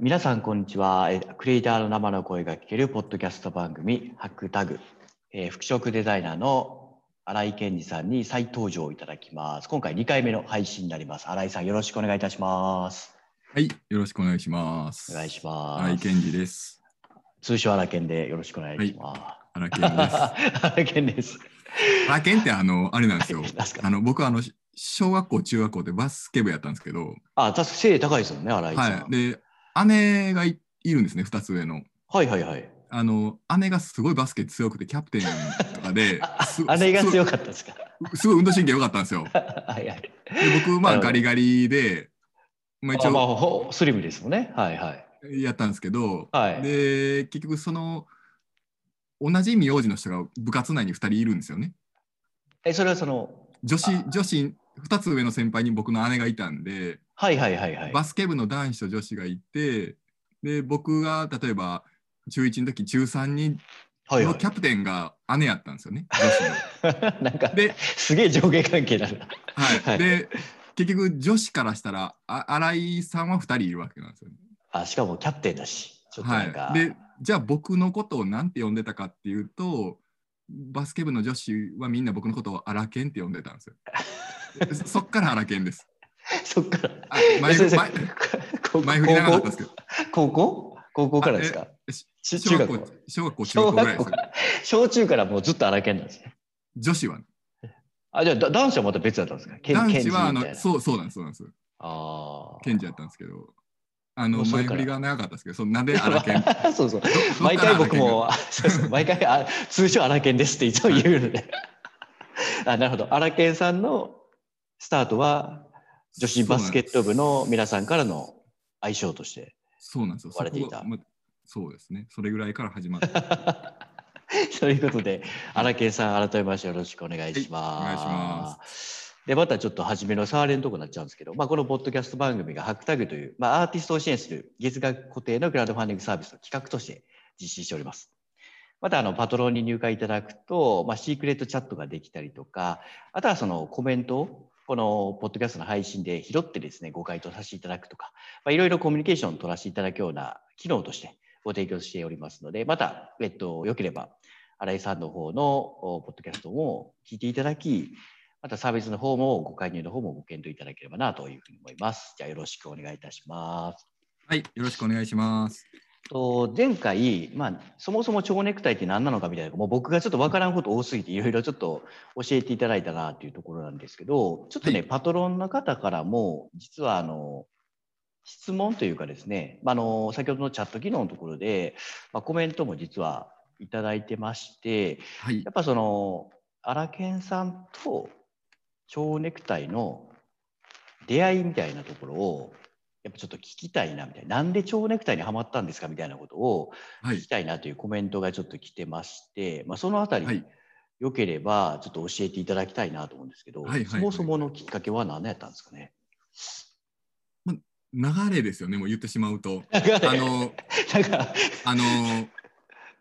皆さん、こんにちは。えークリエイターの生の声が聞けるポッドキャスト番組、ハックタグ、えー、服飾デザイナーの新井健二さんに再登場いただきます。今回2回目の配信になります。新井さん、よろしくお願いいたします。はい、よろしくお願いします。お願いしまます。荒井健二です。通称荒健でよろしくお願いしま荒井す。 健二荒健です。です。荒井健ってあのあれなんですよ何。ですかあの僕あの小学校中学校でバスケ部やったんですけど、あ、確か背高いですよね、荒井さん。はい。で姉がいいるんですね、二つ上の。はいはいはい。あの姉がすごいバスケ強くてキャプテンと かであ、姉がすご強いかったですか。すごい運動神経良かったんですよ。ではいはい。僕なまあるほどガリガリで、まあ、一あまあ応ほ、スリムですもんね。はいはい。やったんですけど、はいで結局その同じ名字の人が部活内に二人いるんですよね。え、それはその、女子あ女子2つ上の先輩に僕の姉がいたんで、はいはいはいはい。バスケ部の男子と女子がいてで僕が例えば中1の時中3にはいはのキャプテンが姉やったんですよね、 い。なんか女子の。、で,、すげえ上下関係だな。はいはいで結局女子からしたらあ新井さんは2人いるわけなんですよね。あ、しかもキャプテンだし。ちょっとなんか。はい、でじゃあ僕のことを何て呼んでたかっていうとバスケ部の女子はみんな僕のことを荒研って呼んでた んですよ。でそっから荒研です。 そっから。あ前先生前こ前振り長かったんですけど。高校高校からですかえしち小中学学校校、小学校、中小学校ぐら学いで校すかよ。ら。小中からもうずっと荒研なんですね。女子は、ね、あ、じゃあだ男子はまた別だったんですかけん男けんじ子みたはあいなのそうそうなんです、そうなんです。あ賢治やったんですけど、あものうそれ前から振りが長かったですけど、そのな んで荒研。あ。そうそう。ど毎回僕。どっからも、そうそう毎回あ通称荒研ですっていつも言うので。あ、なるほど。荒研さんのスタートは女子バスケット部の皆さんからの愛称として。そうなんですよ。呼ばれていたそこがまそうですね。それぐらいから始まって。 ということで、荒研さん、改めましてよろしくお願いします。。はいお願いしますで、またちょっと初めの触れのとこになっちゃうんですけど、まあ、このポッドキャスト番組がハックタグという、まあ、アーティストを支援する月額固定のクラウドファンディングサービスの企画として実施しております。また、あの、パトロンに入会いただくと、まあ、シークレットチャットができたりとか、あとはそのコメントを、このポッドキャストの配信で拾ってですね、ご回答させていただくとか、まあ、いろいろコミュニケーションを取らせていただくような機能としてご提供しておりますので、また、えっと、良ければ、新井さんの方のおポッドキャストも聞いていただき、またサービスの方もご加入の方もご検討いただければなというふうに思います。じゃあよろしくお願いいたします。はい、よろしくお願いします。と前回、まあ、そもそも蝶ネクタイって何なのかみたいな、もう僕がちょっとわからんこと多すぎて、いろいろちょっと教えていただいたなというところなんですけど、ちょっとね、はいパトロンの方からも、実はあの、質問というかですね、まあ、あの先ほどのチャット機能のところで、まあ、コメントも実はいただいてまして、はいや、っぱその荒研さんと蝶ネクタイの出会いみたいなところをやっぱちょっと聞きたいなみたいななんで蝶ネクタイにはまったんですかみたいなことをは聞いき、たいなというコメントがちょっと来てまして、まあ、そのあたり、はいよければちょっと教えていただきたいなと思うんですけど、はいはいはいそもそものきっかけは何やったんですかね流れですよね、もう言ってしまうと。なんか あの、 なんかあの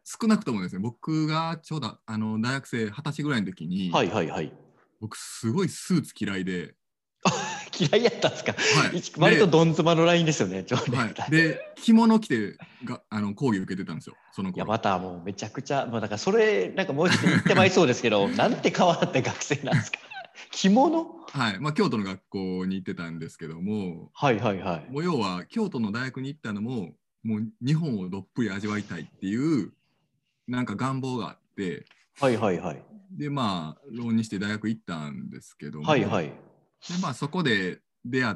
少なくともですね、僕がちょうどあの大学生二十歳ぐらいの時に、はいはいはい僕すごいスーツ嫌いで、 嫌いやったんですか、はい一割とでどんつまのラインですよね蝶ネはクタイ い、。で着物着てがあの講義受けてたんですよそのいや頃またもうめちゃくちゃ、まあ、だからそれなんかもうちょっと言ってまいそうですけ どなんて変わった学生なんですか着物はいまあ、京都の学校に行ってたんですけどもはいはいはいもう要は京都の大学に行ったのももう日本をどっぷり味わいたいっていうなんか願望があってはいはいはいでまあ浪人して大学行ったんですけども、はいはいでまあ、そこで出会っ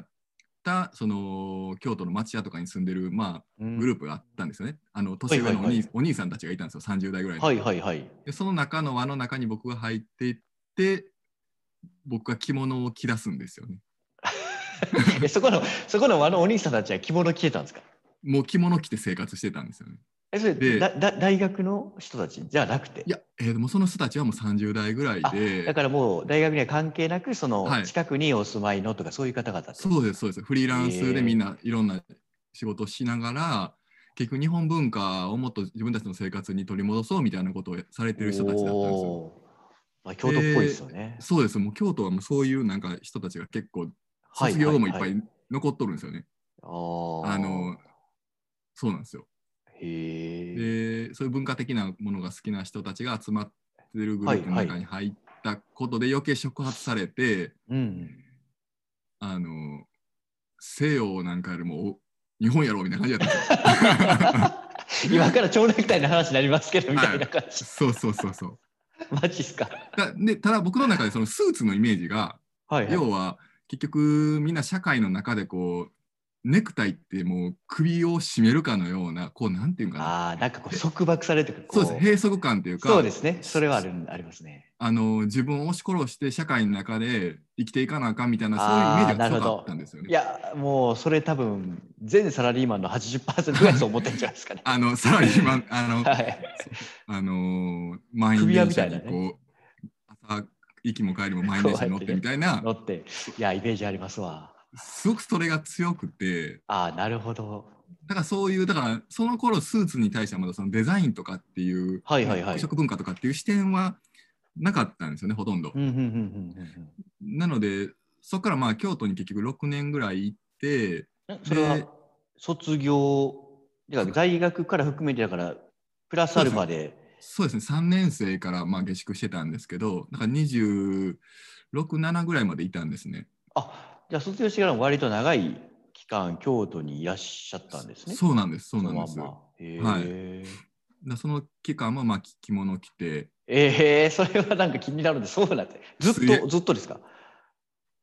たその京都の町屋とかに住んでる、まあ、グループがあったんですよね、あの年上はのお兄,、いはいはお兄さんたちがいたんですよ30代ぐらいの。はいはいはいでその中の輪の中に僕が入っていって僕が着物を着出すんですよね。えそこのそこのあのお兄さんたちは着物着てたんですかもう着物着て生活してたんですよね。えそれでだだ大学の人たちじゃなくていや、えーでもその人たちはもう30代ぐらいだでからもう大学には関係なくそのはい近くにお住まいのとかそういう方々ってそうですそうですフリーランスでみんないろんな仕事をしながら、結局日本文化をもっと自分たちの生活に取り戻そうみたいなことをされてる人たちだったんですよ。おーまあ、京都っぽいですよね、そうですもう京都はもうそういうなんか人たちが結構はい卒業後もいっぱはい残っとるんですよね。あーあのそうなんですよ。へえ。でそういう文化的なものが好きな人たちが集まってるグループの中に入ったことで余計触発されて、うん。あの西洋なんかよりもお日本やろうみたいな感じだったん で今から蝶ネクタイの話になりますけど、みたいな感じ。 すよ。そうそうそうそうマジっすか。だでただ僕の中でそのスーツのイメージがはい、はい。要は結局みんな社会の中でこうネクタイってもう首を絞めるかのようなこうなんていうんかなああ、なんかこう束縛されてくる。こそうです閉塞感というかそうですね。それはあるありますね。あの自分を押し殺して社会の中で生きていかなあかんみたいなそういうイメージが強かったんですよいね。。や、もうそれ多分、全サラリーマンの80%ぐらいそう思ってるんじゃないですかね あのサラリ ーマンあのはい。あのー、満員首輪電み車たいなにねこう、朝息も帰りも満員電車に乗ってみたいな、乗って。いや、イメージありますわ。すごくそれが強くて、ああ、なるほど。だからそういう、だからその頃スーツに対してはまだそのデザインとかっていう、はいはいはい食文化とかっていう視点はなかったんですよね、ほとんどう。んうんうんうんなので、そこからまあ京都に結局6年ぐらい行って、うんうん。それはで卒業、てか大学から含めてだから、プラスアルファで。そうですね、3年生からまあ下宿してたんですけど、だから26、7ぐらいまでいたんですね。あじゃあ卒業してからも割と長い期間、京都にいらっしゃったんですね。そうなんです、そうなんです。そのままへはいえ。だその期間はまあ着着物着てええそれはなんか気になるんで、そうなんて。ずすげっえと、ずっとですか。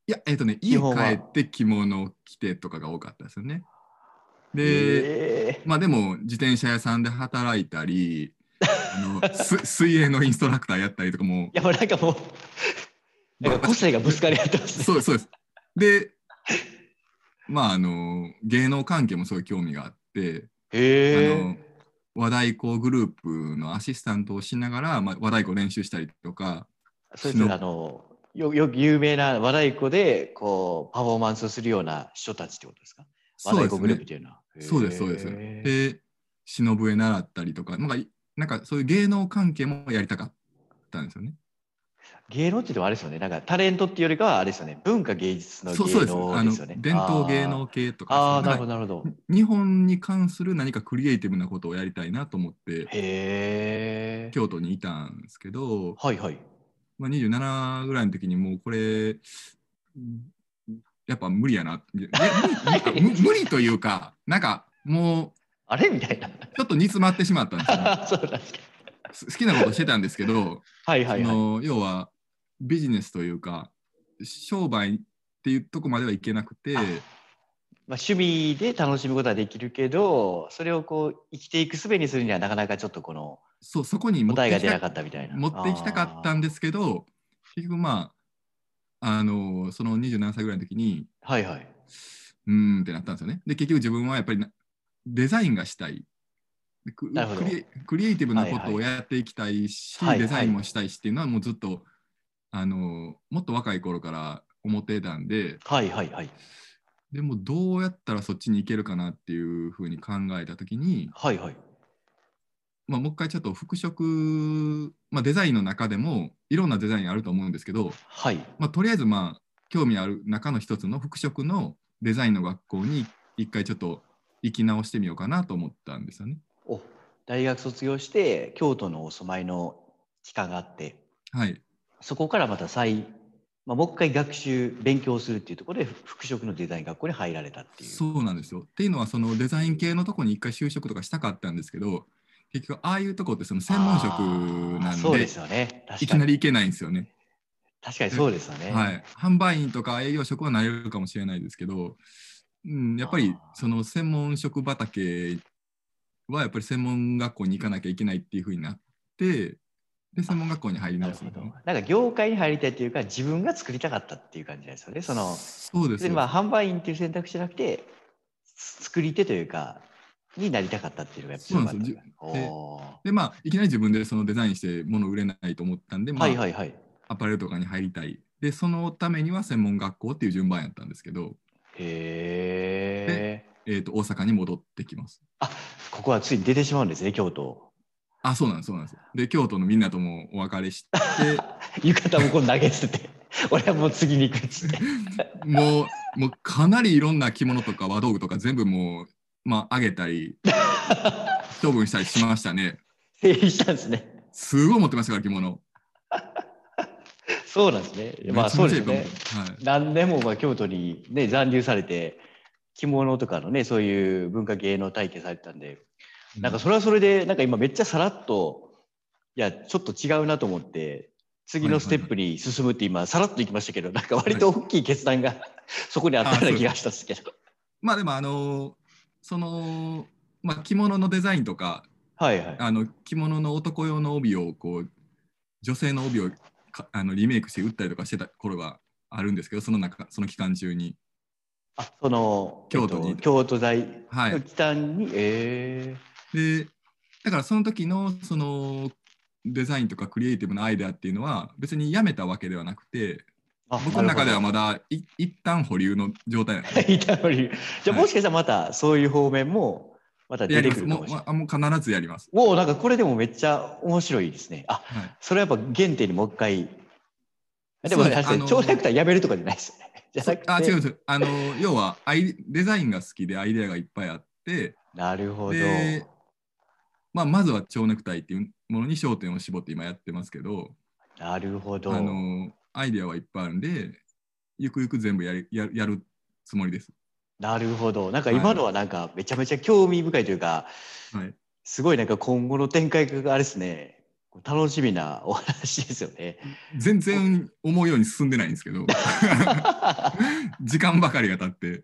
いやえっ、とね基家帰本はって着物着てとかが多かったですよね。で、ええまあでも自転車屋さんで働い たりあのす水泳のインストラクターやったりとかもいや、もうなんかも う、なんか個性がぶつかり合ってますね。そうそうです。でまああの芸能関係もそういう興味があって、へあのえ。和太鼓グループのアシスタントをしながら、まあ、和太鼓練習したりとかそれぞれあの、よよく有名な和太鼓で、こう、パフォーマンスをするような人たちってことですか和そ太うで鼓すグループねっていうのは。そうですそうです。へえで忍笛習ったりとかなんかいなんかそういう芸能関係もやりたかったんですよね。芸能って言ってもあれですよね。なんかタレントっていうよりかはあれですよね。文化芸術の芸そ能うですそうですよあねの。伝統芸能系とあー。あかーでなるほすねど、なるほど。なんか日本に関する何かクリエイティブなことをやりたいなと思ってへえ。京都にいたんですけど、はいはい。まあ、27ぐらいの時にもうこれんやっぱ無理やなっていや無 無無理というかなんかもあれみたいな。うちょっと煮詰まってしまったんですよ、ね そう確かに。す好きなことしてたんですけどはいはいそはい。の要はビジネスというか商売っていうとこまではいけなくてあまあ、趣味で楽しむことはできるけど、それをこう生きていく術にするにはなかなかちょっとこのそうそこに持っ答えてがき出なたかったみたいな。持っていきたかったあんですけど結局まああのその27歳ぐらいの時にーはいはい。うーんってなったんですよねで結局自分はやっぱりなデザインがしたいでクなるほどクリエクリエイティブなこはいとはをいやっていきたいし、はいはいデザインもしたいしっていうのはもうずっとあのもっと若い頃から思ってたんではいはいはい。でもどうやったらそっちに行けるかなっていうふうに考えた時に、はいはい。まあ、もう一回ちょっと服飾、まあ、デザインの中でもいろんなデザインあると思うんですけど、はい。まあ、とりあえずまあ興味ある中の一つの服飾のデザインの学校に一回ちょっと行き直してみようかなと思ったんですよね。お大学卒業して、京都のお住まいの期間があって、はい、そこからまた再、まあ、もう一回学習、勉強するっていうところで、服飾のデザイン学校に入られたっていう。そうなんですよ。っていうのはそのデザイン系のとこに一回就職とかしたかったんですけど結局ああいうとこってその専門職あーなんそうでですよね。確いかきなに。り行けないんですよね。確かにそうですよね。はい、販売員とか営業職はなれるかもしれないですけど、うん、やっぱりあーその専門職畑はやっぱり専門学校に行かなきゃいけないっていうふうになってで専門学校に入りな直るすほみたどいな。なんか業界に入りたいっていうか自分が作りたかったっていう感じなんですよね。そのそうで別すよ、にまあ販売員っていう選択肢じゃなくてつ作り手というかになりたかったっていうのがやっぱそうなりんですよよかったんだおーでまあいきなり自分でそのデザインして物売れないと思ったんで、まはあいはいはい。アパレルとかに入りたいでそのためには専門学校っていう順番やったんですけど、へえ。えー、と大阪に戻ってきます。ここはついに出てしまうんですね京都。あそうなんですそうなんです。で京都のみんなともお別れして浴衣もこう投げ捨てて 俺はもう次に行くっつって。 もう、もうかなりいろんな着物とか和道具とか全部もう、まあ、あげたり、処分したりしましたね。整理したんですね。すごい持ってましたから、着物。そうなんですね。まあめちゃそうめちでゃいすいと思ねう。はい。何年もまあ京都に、ね、残留されて着物とかのねそういう文化芸能体験されてたんでなんかそれはそれでなんか今めっちゃさらっといやちょっと違うなと思って次のステップに進むって今さらっといきましたけどなんか割と大きい決断がそこにあったような気がしたんですけど。まあでもあのーその、まあ、着物のデザインとかはいはい、あの着物の男用の帯をこう女性の帯をかあのリメイクして売ったりとかしてた頃があるんですけどその中その期間中に、あその京都にえっと京都大はいの、北に、えでだからその時のそのデザインとかクリエイティブなアイデアっていうのは別にやめたわけではなくてー、あ僕の中ではなるまだい一旦保留の状態なんですほど板森じゃあはいもしかしたらまたそういう方面もまたや 出りてまくするかももうしれないま。あもう必ずやります、おおなんかこれでもめっちゃ面白いですね。あはい、それはやっぱ原点にもう一回。あでもそうです確かあにの超ネクタイやめるとかじゃないですね。 じゃなくてあ違うんですよあの要はアイデザインが好きでアイデアがいっぱいあって、なるほど。でまあ、まずは蝶ネクタイっていうものに焦点を絞って今やってますけどなるほど。あのアイデアはいっぱいあるんでゆくゆく全部やりややるつもりです。なるほど。なんかはい今のはなんかめちゃめちゃ興味深いというか、はい、すごいなんか今後の展開があれですね。楽しみなお話ですよ ね。全然思うように進んでないんですけど時間ばかりが経って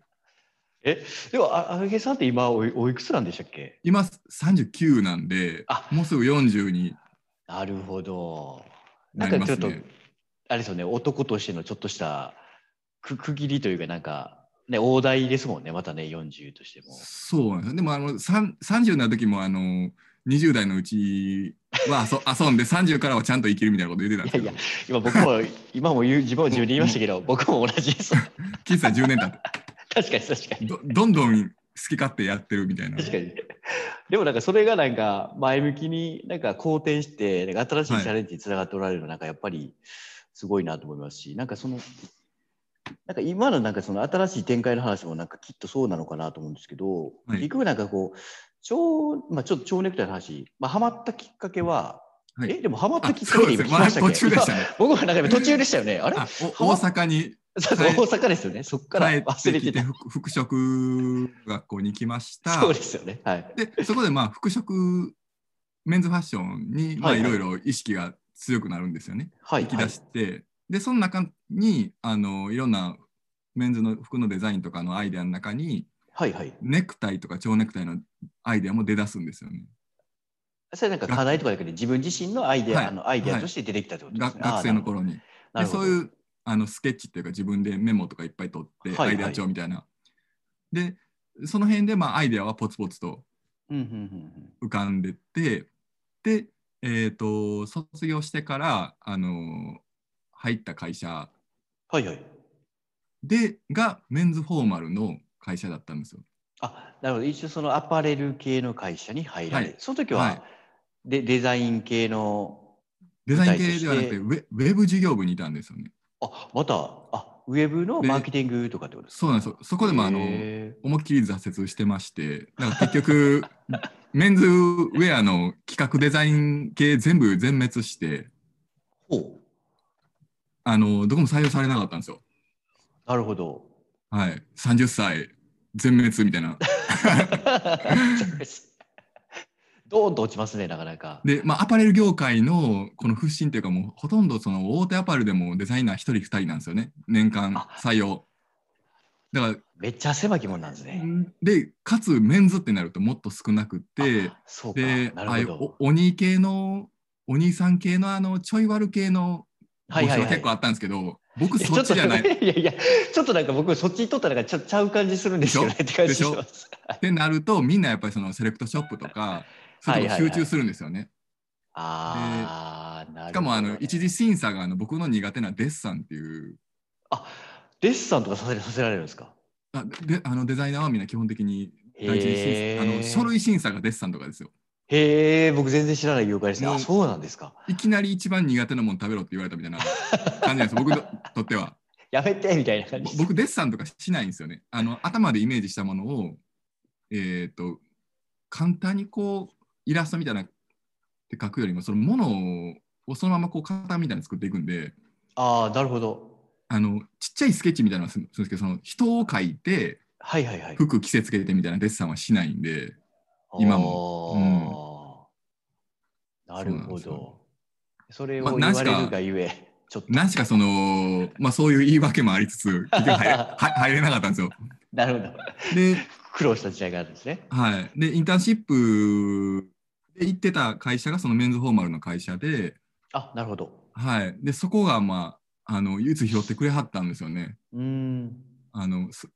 でも、ああげさんって今おい、おいくつなんでしたっけ今39なんであもうすぐ40になるほど。ななんかりまちょすっと、ね。あれですよね、男としてのちょっとしたく区切りというか、なんか、ね、大台ですもんね、またね、40としても。そうなんですよでもあのさん30になる時もあの20代のうちは遊 遊んで30からはちゃんと生きるみたいなこと言ってたんですけどいやい今僕も、今も言う、自分も自分で言いましたけど、僕も同じです。喫茶10年経っ確かに確かてに。ど どんどん好き勝手やってるみたいな。確かに。でもなんかそれがなんか前向きになんか好転して、なんか新しいチャレンジにつながっておられるのなんかやっぱりすごいなと思いますし、なんかその、なんか今のなんかその新しい展開の話もなんかきっとそうなのかなと思うんですけど、はい結局なんかこう、超、まあちょっと蝶ネクタイの話、まあハマったきっかけは、はいえ、でもハマったあきっかそけうでです今ね、聞きままあ、した途っけ中でした今 ね。僕はなんか今途中でしたよね。あれあハマお大阪に そうそう、はい大阪ですよね。そっから帰忘れっててきてた。ふ服飾学校に来ました。そうですよね。はい。でそこでまあ服飾メンズファッションにまあはいいはいろいろ意識が強くなるんですよね。はい。引き出して、でその中にあのいろんなメンズの服のデザインとかのアイデアの中にはいはい。ネクタイとか蝶ネクタイのアイデアも出だすんですよね。それなんか課題とかだけで自分自身のアイデア、はいあのアイデアとして出てきたってことでがすね。あー学生の。頃に。なるほでそどういうあのスケッチっていうか自分でメモとかいっぱい取って、はいはいアイデア帳みたいな。でその辺でまあアイデアはポツポツとうんうんうん浮かんでってで、えー、と卒業してから、あの入った会社うん。はいはい。でがメンズフォーマルの会社だったんですよ。あ、なるほど。一応そのアパレル系の会社に入られ、はいその時は、はいでデザイン系の、デザイン系ではなくて具ウェウェブ事業部にいたんですよね。あ、また、あ、ウェブのでマーケティングとかってことですかそうなんですよそこでもあのへ思いっきり挫折してましてだから結局 メンズウェアの企画デザイン系全部全滅してーほう。あのどこも採用されなかったんですよ。なるほ ど。はい、30歳全滅みたいな。ドーンと落ちますね、なかなか。で、まあ、アパレル業界のこの不振というかもうほとんどその大手アパレルでもデザイナー1人2人なんですよね年間あ採用だかめっちゃ狭きもんなんですら、ね。でかつメンズってなるともっと少なくてあそうかであなあいるうほど。おお兄系のお兄さん系のあのちょい悪系の募はいはい集ははい結構あったんですけど、僕いやそっちじゃないちょっ といやいや、ちょっとなんか僕、そっち取ったらなんかちゃちゃう感じするん ですよねって感じします。ってなるとみんなやっぱりそのセレクトショップとかそういうとこ集中するんですよね。ああ、なるほど、ね。しかもあの一次審査があの僕の苦手なデッサンっていうあデッサンとかさせさせられるんですかあであのデザイナーはみんな基本的に第一次へえ。審査あの書類審査がデッサンとかですよへえ、僕全然知らない業界ですね。もあ、うそうなんですか。いきなり一番苦手なもの食べろって言われたみたいな感じなんです僕にとってはやめてみたいな感ぼじ。僕デッサンとかしないんですよねあの頭でイメージしたものをえっ、と簡単にこうイラストみたいなって書くよりもそのものをそのままこう型みたいに作っていくんでああ、なるほど。あのちっちゃいスケッチみたいなのはするんですけどその人を描いてはいはいはい。服着せつけてみたいなデッサンはしないんで今も。なるほそうなんですど。それまをあ言わ何しれかるがゆえ、ちょっと。何しかその、まあ、そういう言い訳もありつつ結局入れ は入れなかったんですよ。なるほど。で苦労した時代があるんですね。はい、でインターンシップで行ってた会社がそのメンズフォーマルの会社で,、あ、なるほど。はい、でそこが、まあ、あの唯一拾ってくれはったんですよね。うーん。あのす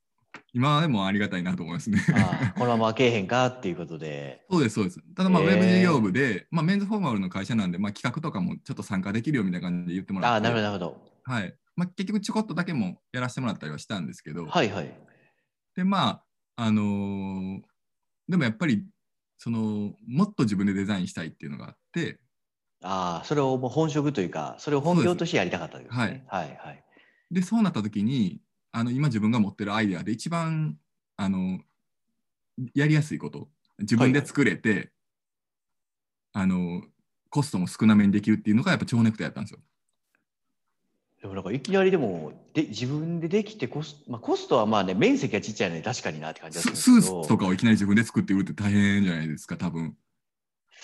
今でもありがたいなと思いますね。あーこのまま開けへんかっていうことで。 そうですそうですただまあ、へーウェブ事業部で、まあ、メンズフォーマルの会社なんで、まあ、企画とかもちょっと参加できるよみたいな感じで言ってもらあっーなてるほど、なるほはいまあ、結局ちょこっとだけもやらせてもらったりはしたんですけど、ど。はいはい。でまああのーでもやっぱりそのもっと自分でデザインしたいっていうのがあって、ああ、それをもう本職というか、それを本業としてやりたかったわけですそうでね。はいはい。でそうなった時にあの今自分が持ってるアイデアで一番あのやりやすいこと自分で作れて、あのコストも少なめにできるっていうのがやっぱ蝶ネクタイやったんですよ。でもなんかいきなりでもで自分でできてコス,、まあ、コストはまあね面積がちっちゃいので確かになって感じがすスるんですスけーどツとかをいきなり自分で作って売るって大変じゃないですか多分。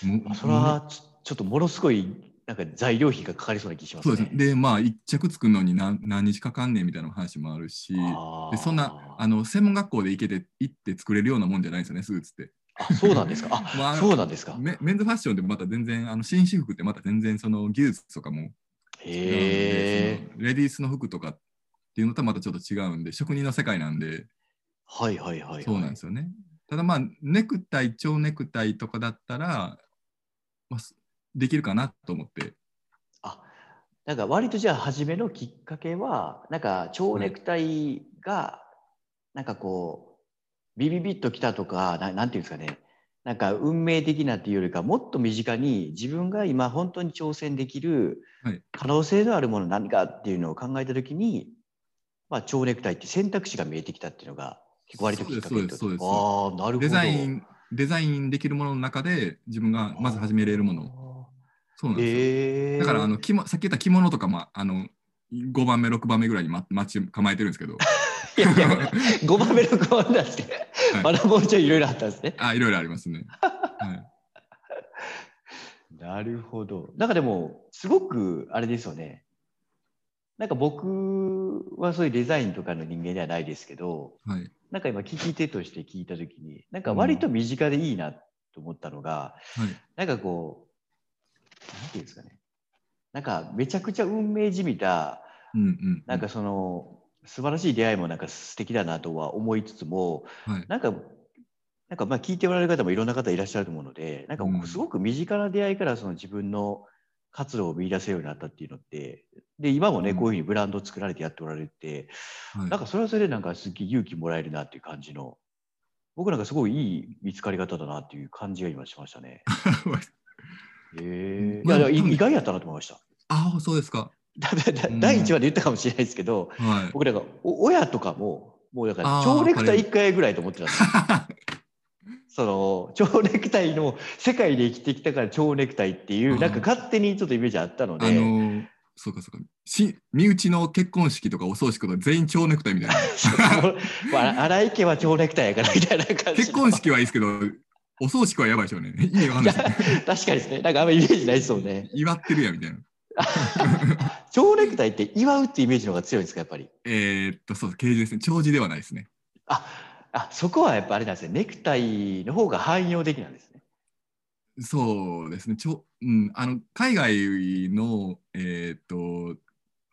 もまあ、それはちょちょっとものすごいなんか材料費がかかりそうな気しますそね。うですねでまあ一着作るのに何何日かかんねんみたいな話もあるしあーでそんなあの専門学校で行けて行って作れるようなもんじゃないんですよねスーツって。あそうなんですか。あ、 まあそうなんですか。メメンズファッションってまた全然あの紳士服ってまた全然その技術とかも違うんでへえ。そのレディースの服とかっていうのとはまたちょっと違うんで職人の世界なんではいはいはい、はい。。そうなんですすよね、ただまあネクタイ蝶ネクタイとかだったら、まあ、すできるかなと思ってあ、なんか割とじゃあ初めのきっかけはなんか蝶ネクタイがなんかこうビビビッときたとかななんていうんですかね。なんか運命的なっていうよりかもっと身近に自分が今本当に挑戦できるはい可能性のあるもの何かっていうのを考えた時に、まあ、蝶ネクタイって選択肢が見えてきたっていうのが結構割ときっかけってことそうですそうですああなるほどデザインデザインできるものの中で自分がまず始めれるもののそうなんですよ、ええだからあの着もさっき言った着物とかもあの5番目6番目ぐらいにま待ち構えてるんですけどいやいや5番目の5番なんですけど、いまだもうちょいいろいろあったんですね。あいろいろありますね、はいなるほど。なんかでも、すごくあれですよね。なんか僕はそういうデザインとかの人間ではないですけど、はい。なんか今聞き手として聞いたときに、なんか割と身近でいいなと思ったのが、はい。なんかこう、なんていうんですかね。なんかめちゃくちゃ運命じみた、うんうん。なんか、その、素晴らしい出会いもなんか素敵だなとは思いつつも、はい。なんか、なんかまあ聞いておられる方もいろんな方いらっしゃると思うので、なんかうんすごく身近な出会いからその自分の活路を見出せるようになったっていうのって、で、今もね、うんこういうふうにブランドを作られてやっておられるって、はい なんかそれはそれでなんかすっげえ勇気もらえるなっていう感じの、僕なんかすごいいい見つかり方だなっていう感じが今しましたね。 へえいまあやいや、い多分意外やったなと思いました。ああ、そうですか。だだだう ん第1話で言ったかもしれないですけど、はい。 僕なんかお親とかも、もうだからあー蝶ネクタイ1回ぐらいと思ってたんですよその蝶ネクタイの世界で生きてきたから蝶ネクタイっていうあーなんか勝手にちょっとイメージあったのあのでーそうかそうか。し、身内の結婚式とかお葬式とか全員蝶ネクタイみたい な。まあ荒井家は蝶ネクタイやからみたいな感じ結婚式はいいですけど、お葬式はやばいでしょうね。意味わかんないですね。確かにですねなんかあんまりイメージないですもんね 祝ってるやみたいな。蝶ネクタイって祝うってイメージの方が強いんですかやっぱりえーっと、そう、刑事ですね。長寿ではないですね。ああそこはやっぱあれなんですねネクタイの方が汎用的なんですねそうですね。ちょうん、あの海外の、えーっと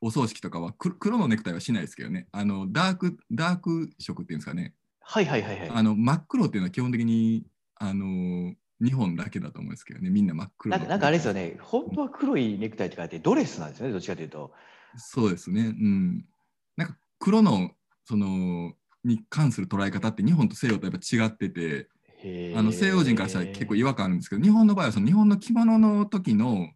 お葬式とかは黒黒のネクタイはしないですけどね。あのダークダーク色っていうんですかね。はいはいはいはあいの真っ黒っていうのは基本的にあの日本だけだと思うんですけどねみんな真っ黒なのんかなんかあれですよね本当は黒いネクタイって書いてドレスなんですよねどっちかというとそうですねうんなんか黒のそのに関する捉え方って日本と西洋とやっぱ違っててへーあの西洋人からしたら結構違和感あるんですけど日本の場合はその日本の着物の時の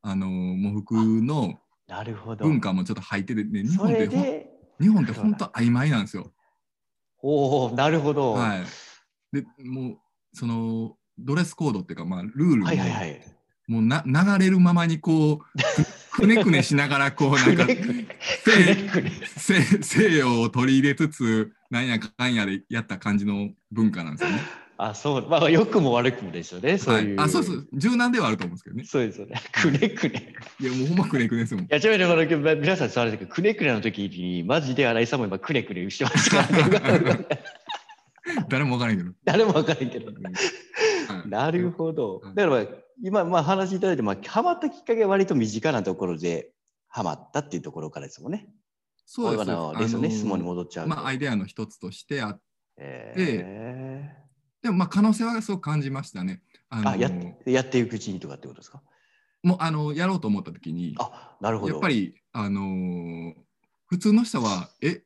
あの喪服のなるほど文化もちょっと入ってて、ね、日そ本っれてほんで日本って本当曖昧なんですよ。おおなるほど、はい、でもうそのドレスコードっていうか、まあ、ルールも、はいはいはい。もうな流れるままにこう、くくねくねしながら、こう、なくんか、ねくね西くねくね西西洋を取り入れつつ、なんやかんやでやった感じの文化なんですよね。あ、そう、まあ、良くも悪くもですよね、そういう。はい、あ、そうそう、柔軟ではあると思うんですけどね。そうですよね。くねくね。いや、もうほんまくねくねですもんい。や、ちなみに、あの、皆さん伝わるんですけど、くねくねの時に、マジで新井さんも今、くねくねしてましたから ね。誰もわからんけど。誰もわからんけど。はいなるほどうん。だから、今、まあ、話いただいて、まあ、ハマったきっかけは割と身近なところで、ハマったっていうところからですもんね。そうですあのですよね、質問に戻っちゃうと。まあ、アイデアの一つとしてあっえでもまあ可能性はすごく感じましたね。あーのあやっやっていくうちにとかってことですかもうあのやろうと思った時にあ、なるほど。やっぱり、あのー普通の人は「え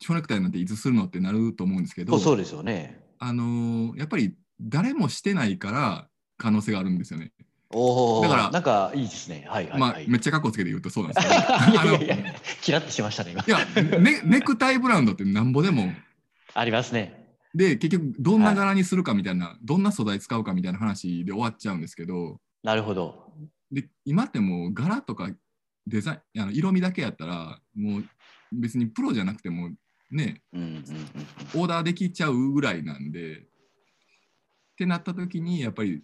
蝶ネクタイなんていつするの?」ってなると思うんですけそどうそうですよね。あのーやっぱり誰もしてないから可能性があるんですよね。おお、だからなんかいいですね。はいはいまあはい。めっちゃかっこつけて言うとそうなんですけいど。あや のいやいや、キラッとしましたね、今い。やネネクタイブランドってなんぼでもありますね。で結局どんな柄にするかみたいな、どんな素材使うかみたいな話で終わっちゃうんですけど、なるほど。で今ってもう柄とかデザインあの色味だけやったらもう別にプロじゃなくてもねうんうんうんうん。オーダーできちゃうぐらいなんでってなった時にやっぱり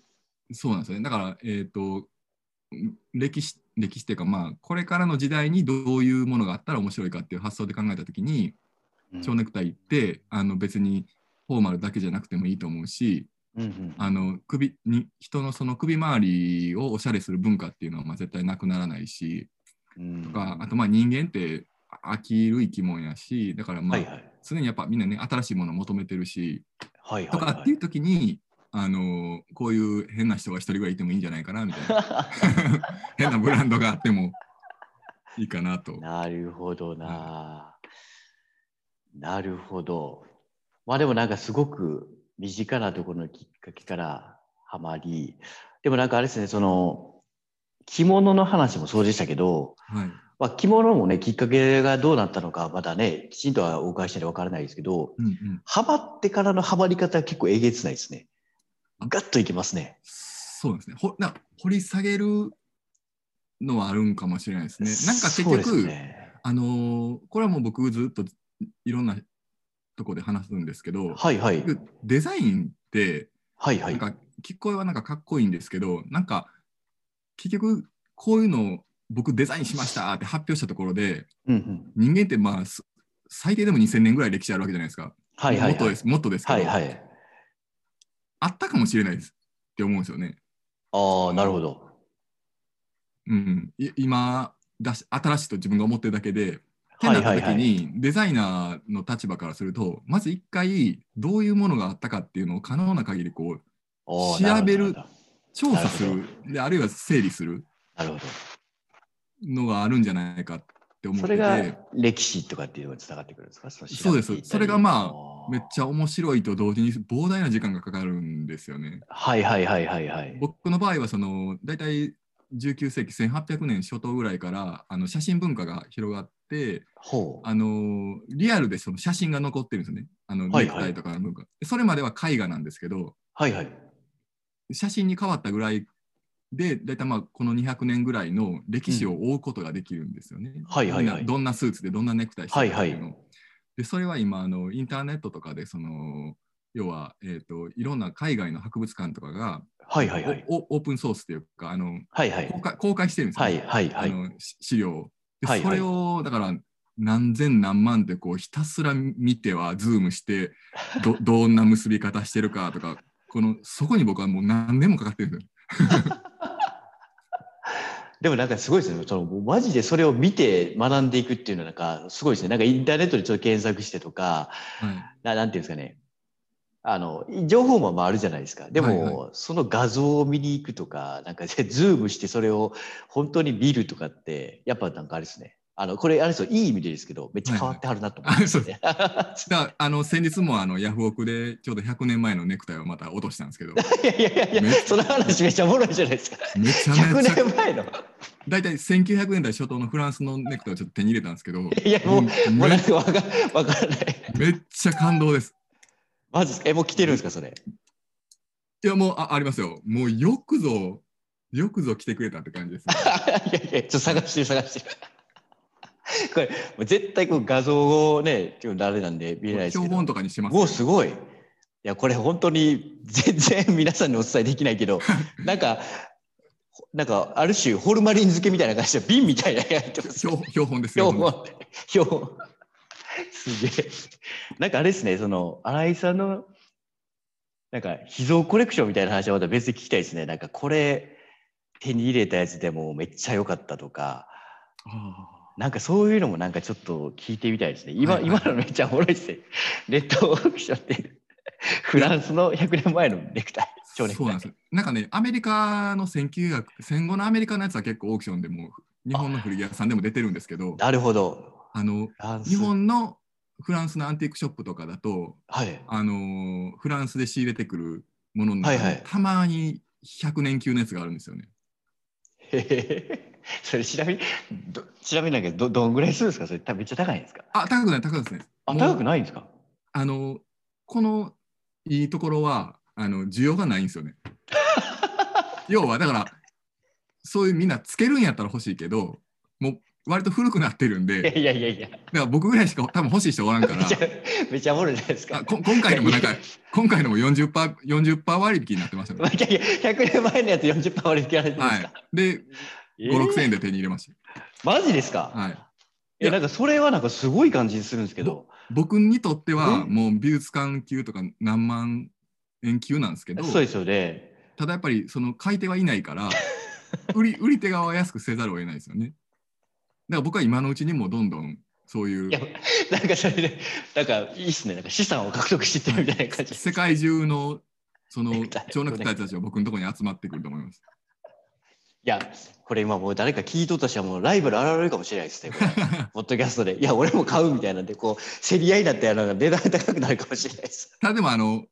そうなんですよねだからえっ、と歴史歴史っていうかまあこれからの時代にどういうものがあったら面白いかっていう発想で考えた時にうん蝶ネクタイってあの別にフォーマルだけじゃなくてもいいと思うしうんうんあの首に人のその首周りをおしゃれする文化っていうのはまあ絶対なくならないしうんとかあとまあ人間って飽きる生き物やしだからはまあいはい。常にやっぱみんなね新しいものを求めてるしはいとはい、 かっはていい。う時にあのこういう変な人が一人ぐらいいてもいいんじゃないかなみた いな変なブランドがあってもいいかなと。なるほどな、なるほど。まあでもなんかすごく身近なところのきっかけからハマり、でもなんかあれですね、その着物の話もそうでしたけど、はいまあ、着物もね、きっかけがどうなったのか、まだね、きちんとはお伺いしてないわからないですけど、うんうん、ハマってからのハマり方は結構えげつないですね。ガッといきますね。そうですねほな掘り下げるのはあるんかもしれないですね。なんか結そう局ですね、あのーこれはもう僕ずっといろんなとこで話すんですけど、はいはい。デザインってはいはなんい。か聞こえはなんかかっこいいんですけどなんか結局こういうのを僕デザインしましたって発表したところでうんうん。人間ってまあす最低でも2000年ぐらい歴史あるわけじゃないですか、はいはい、もっとはでい。すもっとですけど、はいはい。あったかもしれないですって思うんですよね。ああ、なるほど。うん、い今だし新しいと自分が思ってるだけでってはないったはい時はい。にデザイナーの立場からするとまず一回どういうものがあったかっていうのを可能な限りこうおー調べるなほど調査すなるるであるいは整理するなるほのがあるんじゃないかって思ど。ってそてれが歴史とかっていうのにつながってくるんですかその調べていったりそうですそれがまあーめっちゃ面白いと同時に膨大な時間がかかるんですよね。はいはいはいはいはい。僕の場合はその大体19世紀1800年初頭ぐらいからあの写真文化が広がってほう。あのリアルでその写真が残ってるんですよね。あのはいネクはいタイとかの文化、それまでは絵画なんですけどはいはい。写真に変わったぐらいで大体まあこの200年ぐらいの歴史を追うことができるんですよね。はいはいはいみんなどんなスーツでどんなネクタイしてるかっていうの。はでそれは今あのインターネットとかでその要は、えー、といろんな海外の博物館とかが、はいはいはい。おおオープンソースっていうかあのはいはい。公開公開してるんですよ、はいはいはあい。のし資料を。ではいはいそれをだから何千何万ってこうひたすら見てはズームしてど どんな結び方してるかとかこのそこに僕はもう何年もかかってるんですよ。でもなんかすごいですね。そのマジでそれを見て学んでいくっていうのはなんかすごいですね。なんかインターネットでちょっと検索してとか、はいななんていうんですかね。あの情報もまああるじゃないですか。でも、はいその画像を見に行くとか、 なんかズームしてそれを本当に見るとかって、やっぱなんかあれですね。あのこれあれですよ、いい意味でですけど、めっちゃ変わってはるなと思います、ね。だからあの先日もあのヤフオクでちょうど100年前のネクタイをまた落としたんですけど いやいやいやいや、その話めっちゃおもろいじゃないですか。めちゃ100めちゃ年前の。大体1900年代初頭のフランスのネクタイをちょっと手に入れたんですけ ど、いや、もう、もうなんめかわかわからない。めっちゃ感動です。マジですかえ、もう来てるんですか、それ。いや、もうあありますよ。もうよくぞ、よくぞ来てくれたって感じです、ね。いやいや、ちょっと探してる探してる。これ、もう絶対こう画像をね、今日誰なんで 見れないです標けど。本とかにしてますよ。もうすごい。いや、これ本当に全然皆さんにお伝えできない けど、なんか、なんかある種ホルマリン漬けみたいな感じで瓶みたいなのやってます。標標本ですよ。標本。標本。すげえ。なんかあれですね、その、新井さんの、なんか、秘蔵コレクションみたいな話はまた別に聞きたいですね。なんか、これ、手に入れたやつでもめっちゃ良かったとか、あなんかそういうのもなんかちょっと聞いてみたいですね。今、はいはい今のめっちゃおもろいですね。レッドオークションって、フランスの100年前のネクタイ、ー蝶ネクタイ。そうなんですよ。なんかね、アメリカの1900戦後のアメリカのやつは結構オークションでも日本の古着屋さんでも出てるんですけど、あなるほど。のフランス日本のフランスのアンティークショップとかだと、はい。 あのーフランスで仕入れてくるものの中に、はいはいたまに100年級のやつがあるんですよね。へへへそれ調べ、ど調べなきゃど、どんぐらいするんですかそれためっちゃ高いんですかあ、高くない、高くないですね。あ、もう高くないんですかあのこのいいところはあの需要がない んですよね。要はだからそういうみんなつけるんやったら欲しいけどもう割と古くなってるんでいやいやいやいや、だから僕ぐらいしか多分欲しい人おらんかめらちゃめちゃおもろいじゃないですか。あこ今回のもなんかいやい今回のも 40%, 40割引になって ましたね。やいや100年前のやつ40%割り引かれてるんではすかい、、でえ5、ー6000円で手に入れましマジですか、た。はいい、や、なんかそれはなんかすごい感じするんですけど、僕にとってはえもう美術館級とか何万円級なんですけどそうですよね。ただやっぱりその買い手はいないから 売り売り手側は安くせざるを得ないですよねだから僕は今のうちにもうどんどんそういういや、なんかそれで、なんかいいっすね。なんか資産を獲得してるみたいな感じ。世界中の そのネクタイ蝶ネクタイたちが僕のところに集まってくると思いますいや、これ今もう誰か聞いとった人はもうライバル現れるかもしれないですね、これ。 ポッドキャストで。いや、俺も買うみたいなんで、こう、競り合いだったらなんか値段が高くなるかもしれないです。ただでもあの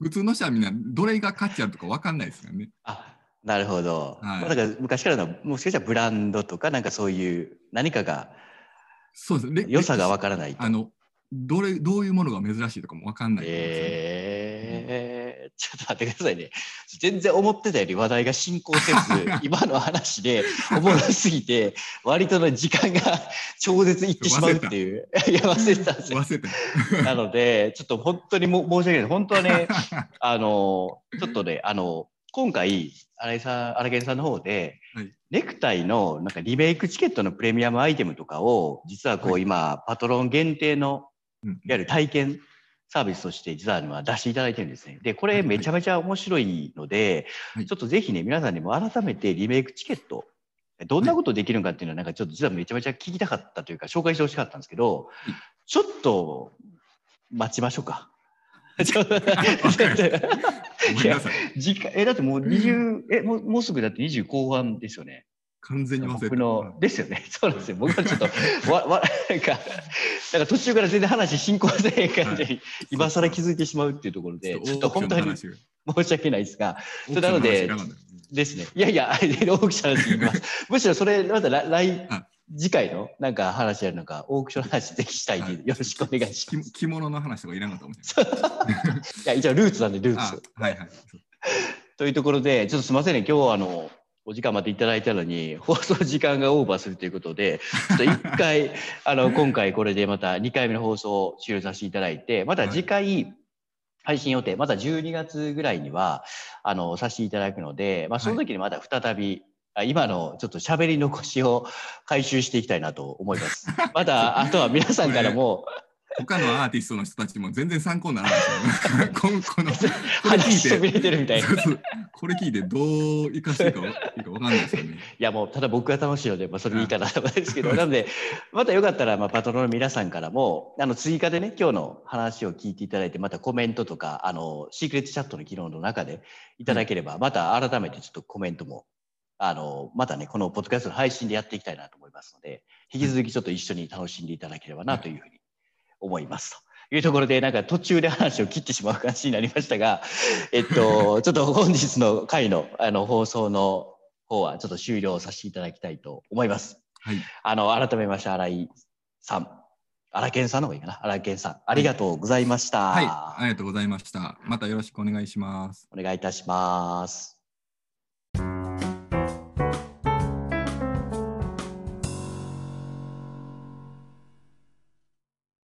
普通の人はみんなどれが価値あるとか分かんないですよねあ、なるほど。はいまあなんか昔からの、もしかしたらブランドとか、なんかそういう何かが、そうですね良さがわからないと。あのどれどういうものが珍しいとかも分かんないと思うんですよね、えー、 ちょっと待ってくださいね。全然思ってたより話題が進行 せず、今の話でおもろすぎて、割との時間が 超絶いってしまうっていう。いや、忘れてたんですよ。忘れてない なので、ちょっと本当にも申し訳ない。本当はね、あの、ちょっとね、あの、今回、荒井さん、荒研さんの方で、はいネクタイのなんかリメイクチケットのプレミアムアイテムとかを、実はこう、はい今、パトロン限定の、ういんわゆる体験サービスとして、実は今出していただいてるんですね。で、これめちゃめちゃ面白いので、はいちょっとぜひね、皆さんにも改めてリメイクチケット、どんなことできるのかっていうのは、なんかちょっと実はめちゃめちゃ聞きたかったというか、紹介してほしかったんですけどい、ちょっと待ちましょう か。ちょっとごめんなさ い時間えだってもう20、えもうもうすぐだって20後半ですよね。完全に忘れて僕たのですよね。 そうなんですよ。僕はちょっとわわなんかなんか途中から全然話進行せえへん感じに、今更気づいてしまうっていうところで、ちょっと本当にちょっ申し訳ないですが、とオークションの話がなのでオークションの話がなかったですね。いやいや、オ ークションの話に行きます。むしろそれまた来来あ次回のなんか話やるのか、オークションの話ぜひしたいんはいでよろしくお願いします。き着物の話とかいらなかったかもしいや一応ルーツなんでルーれない。ツ。あはいはい。というところで、ちょっとすみませんね、今日はあの、お時間までいただいたのに、放送時間がオーバーするということで、ちょっと一回、あの、今回これでまた2回目の放送を終了させていただいて、また次回、配信予定、また12月ぐらいには、あの、させていただくので、まあ、その時にまた再び、あ今のちょっと喋り残しを回収していきたいなと思います。また、あとは皆さんからも、他のアーティストの人たちも全然参考にならないですよ ね。こんこのこれ話しそ聞 びいてれてるみたいなそ。うそうこれ聞いてどう生かしていいかわいいかわかんないですよね。いやもうただ僕が楽しいので、まあ、それでいいかなと思うんですけど、なの で、またよかったら、まあ、パトロンの皆さんからも、あの、追加でね、今日の話を聞いていただいて、またコメントとか、あの、シークレットチャットの機能の中でいただければ、また改めてちょっとコメントも、あの、またね、このポッドキャストの配信でやっていきたいなと思いますので、引き続きちょっと一緒に楽しんでいただければなというふうに思いますというところで、なんか途中で話を切ってしまう感じになりましたが、 えっと、ちょっと本日の回の あの放送の方はちょっと終了させていただきたいと思います。はい。あの、改めまして、新井さん、荒研さんの方がいいかな。荒研さん、ありがとうございました。はい、ありがとうございました。またよろしくお願いします。お願いいたします。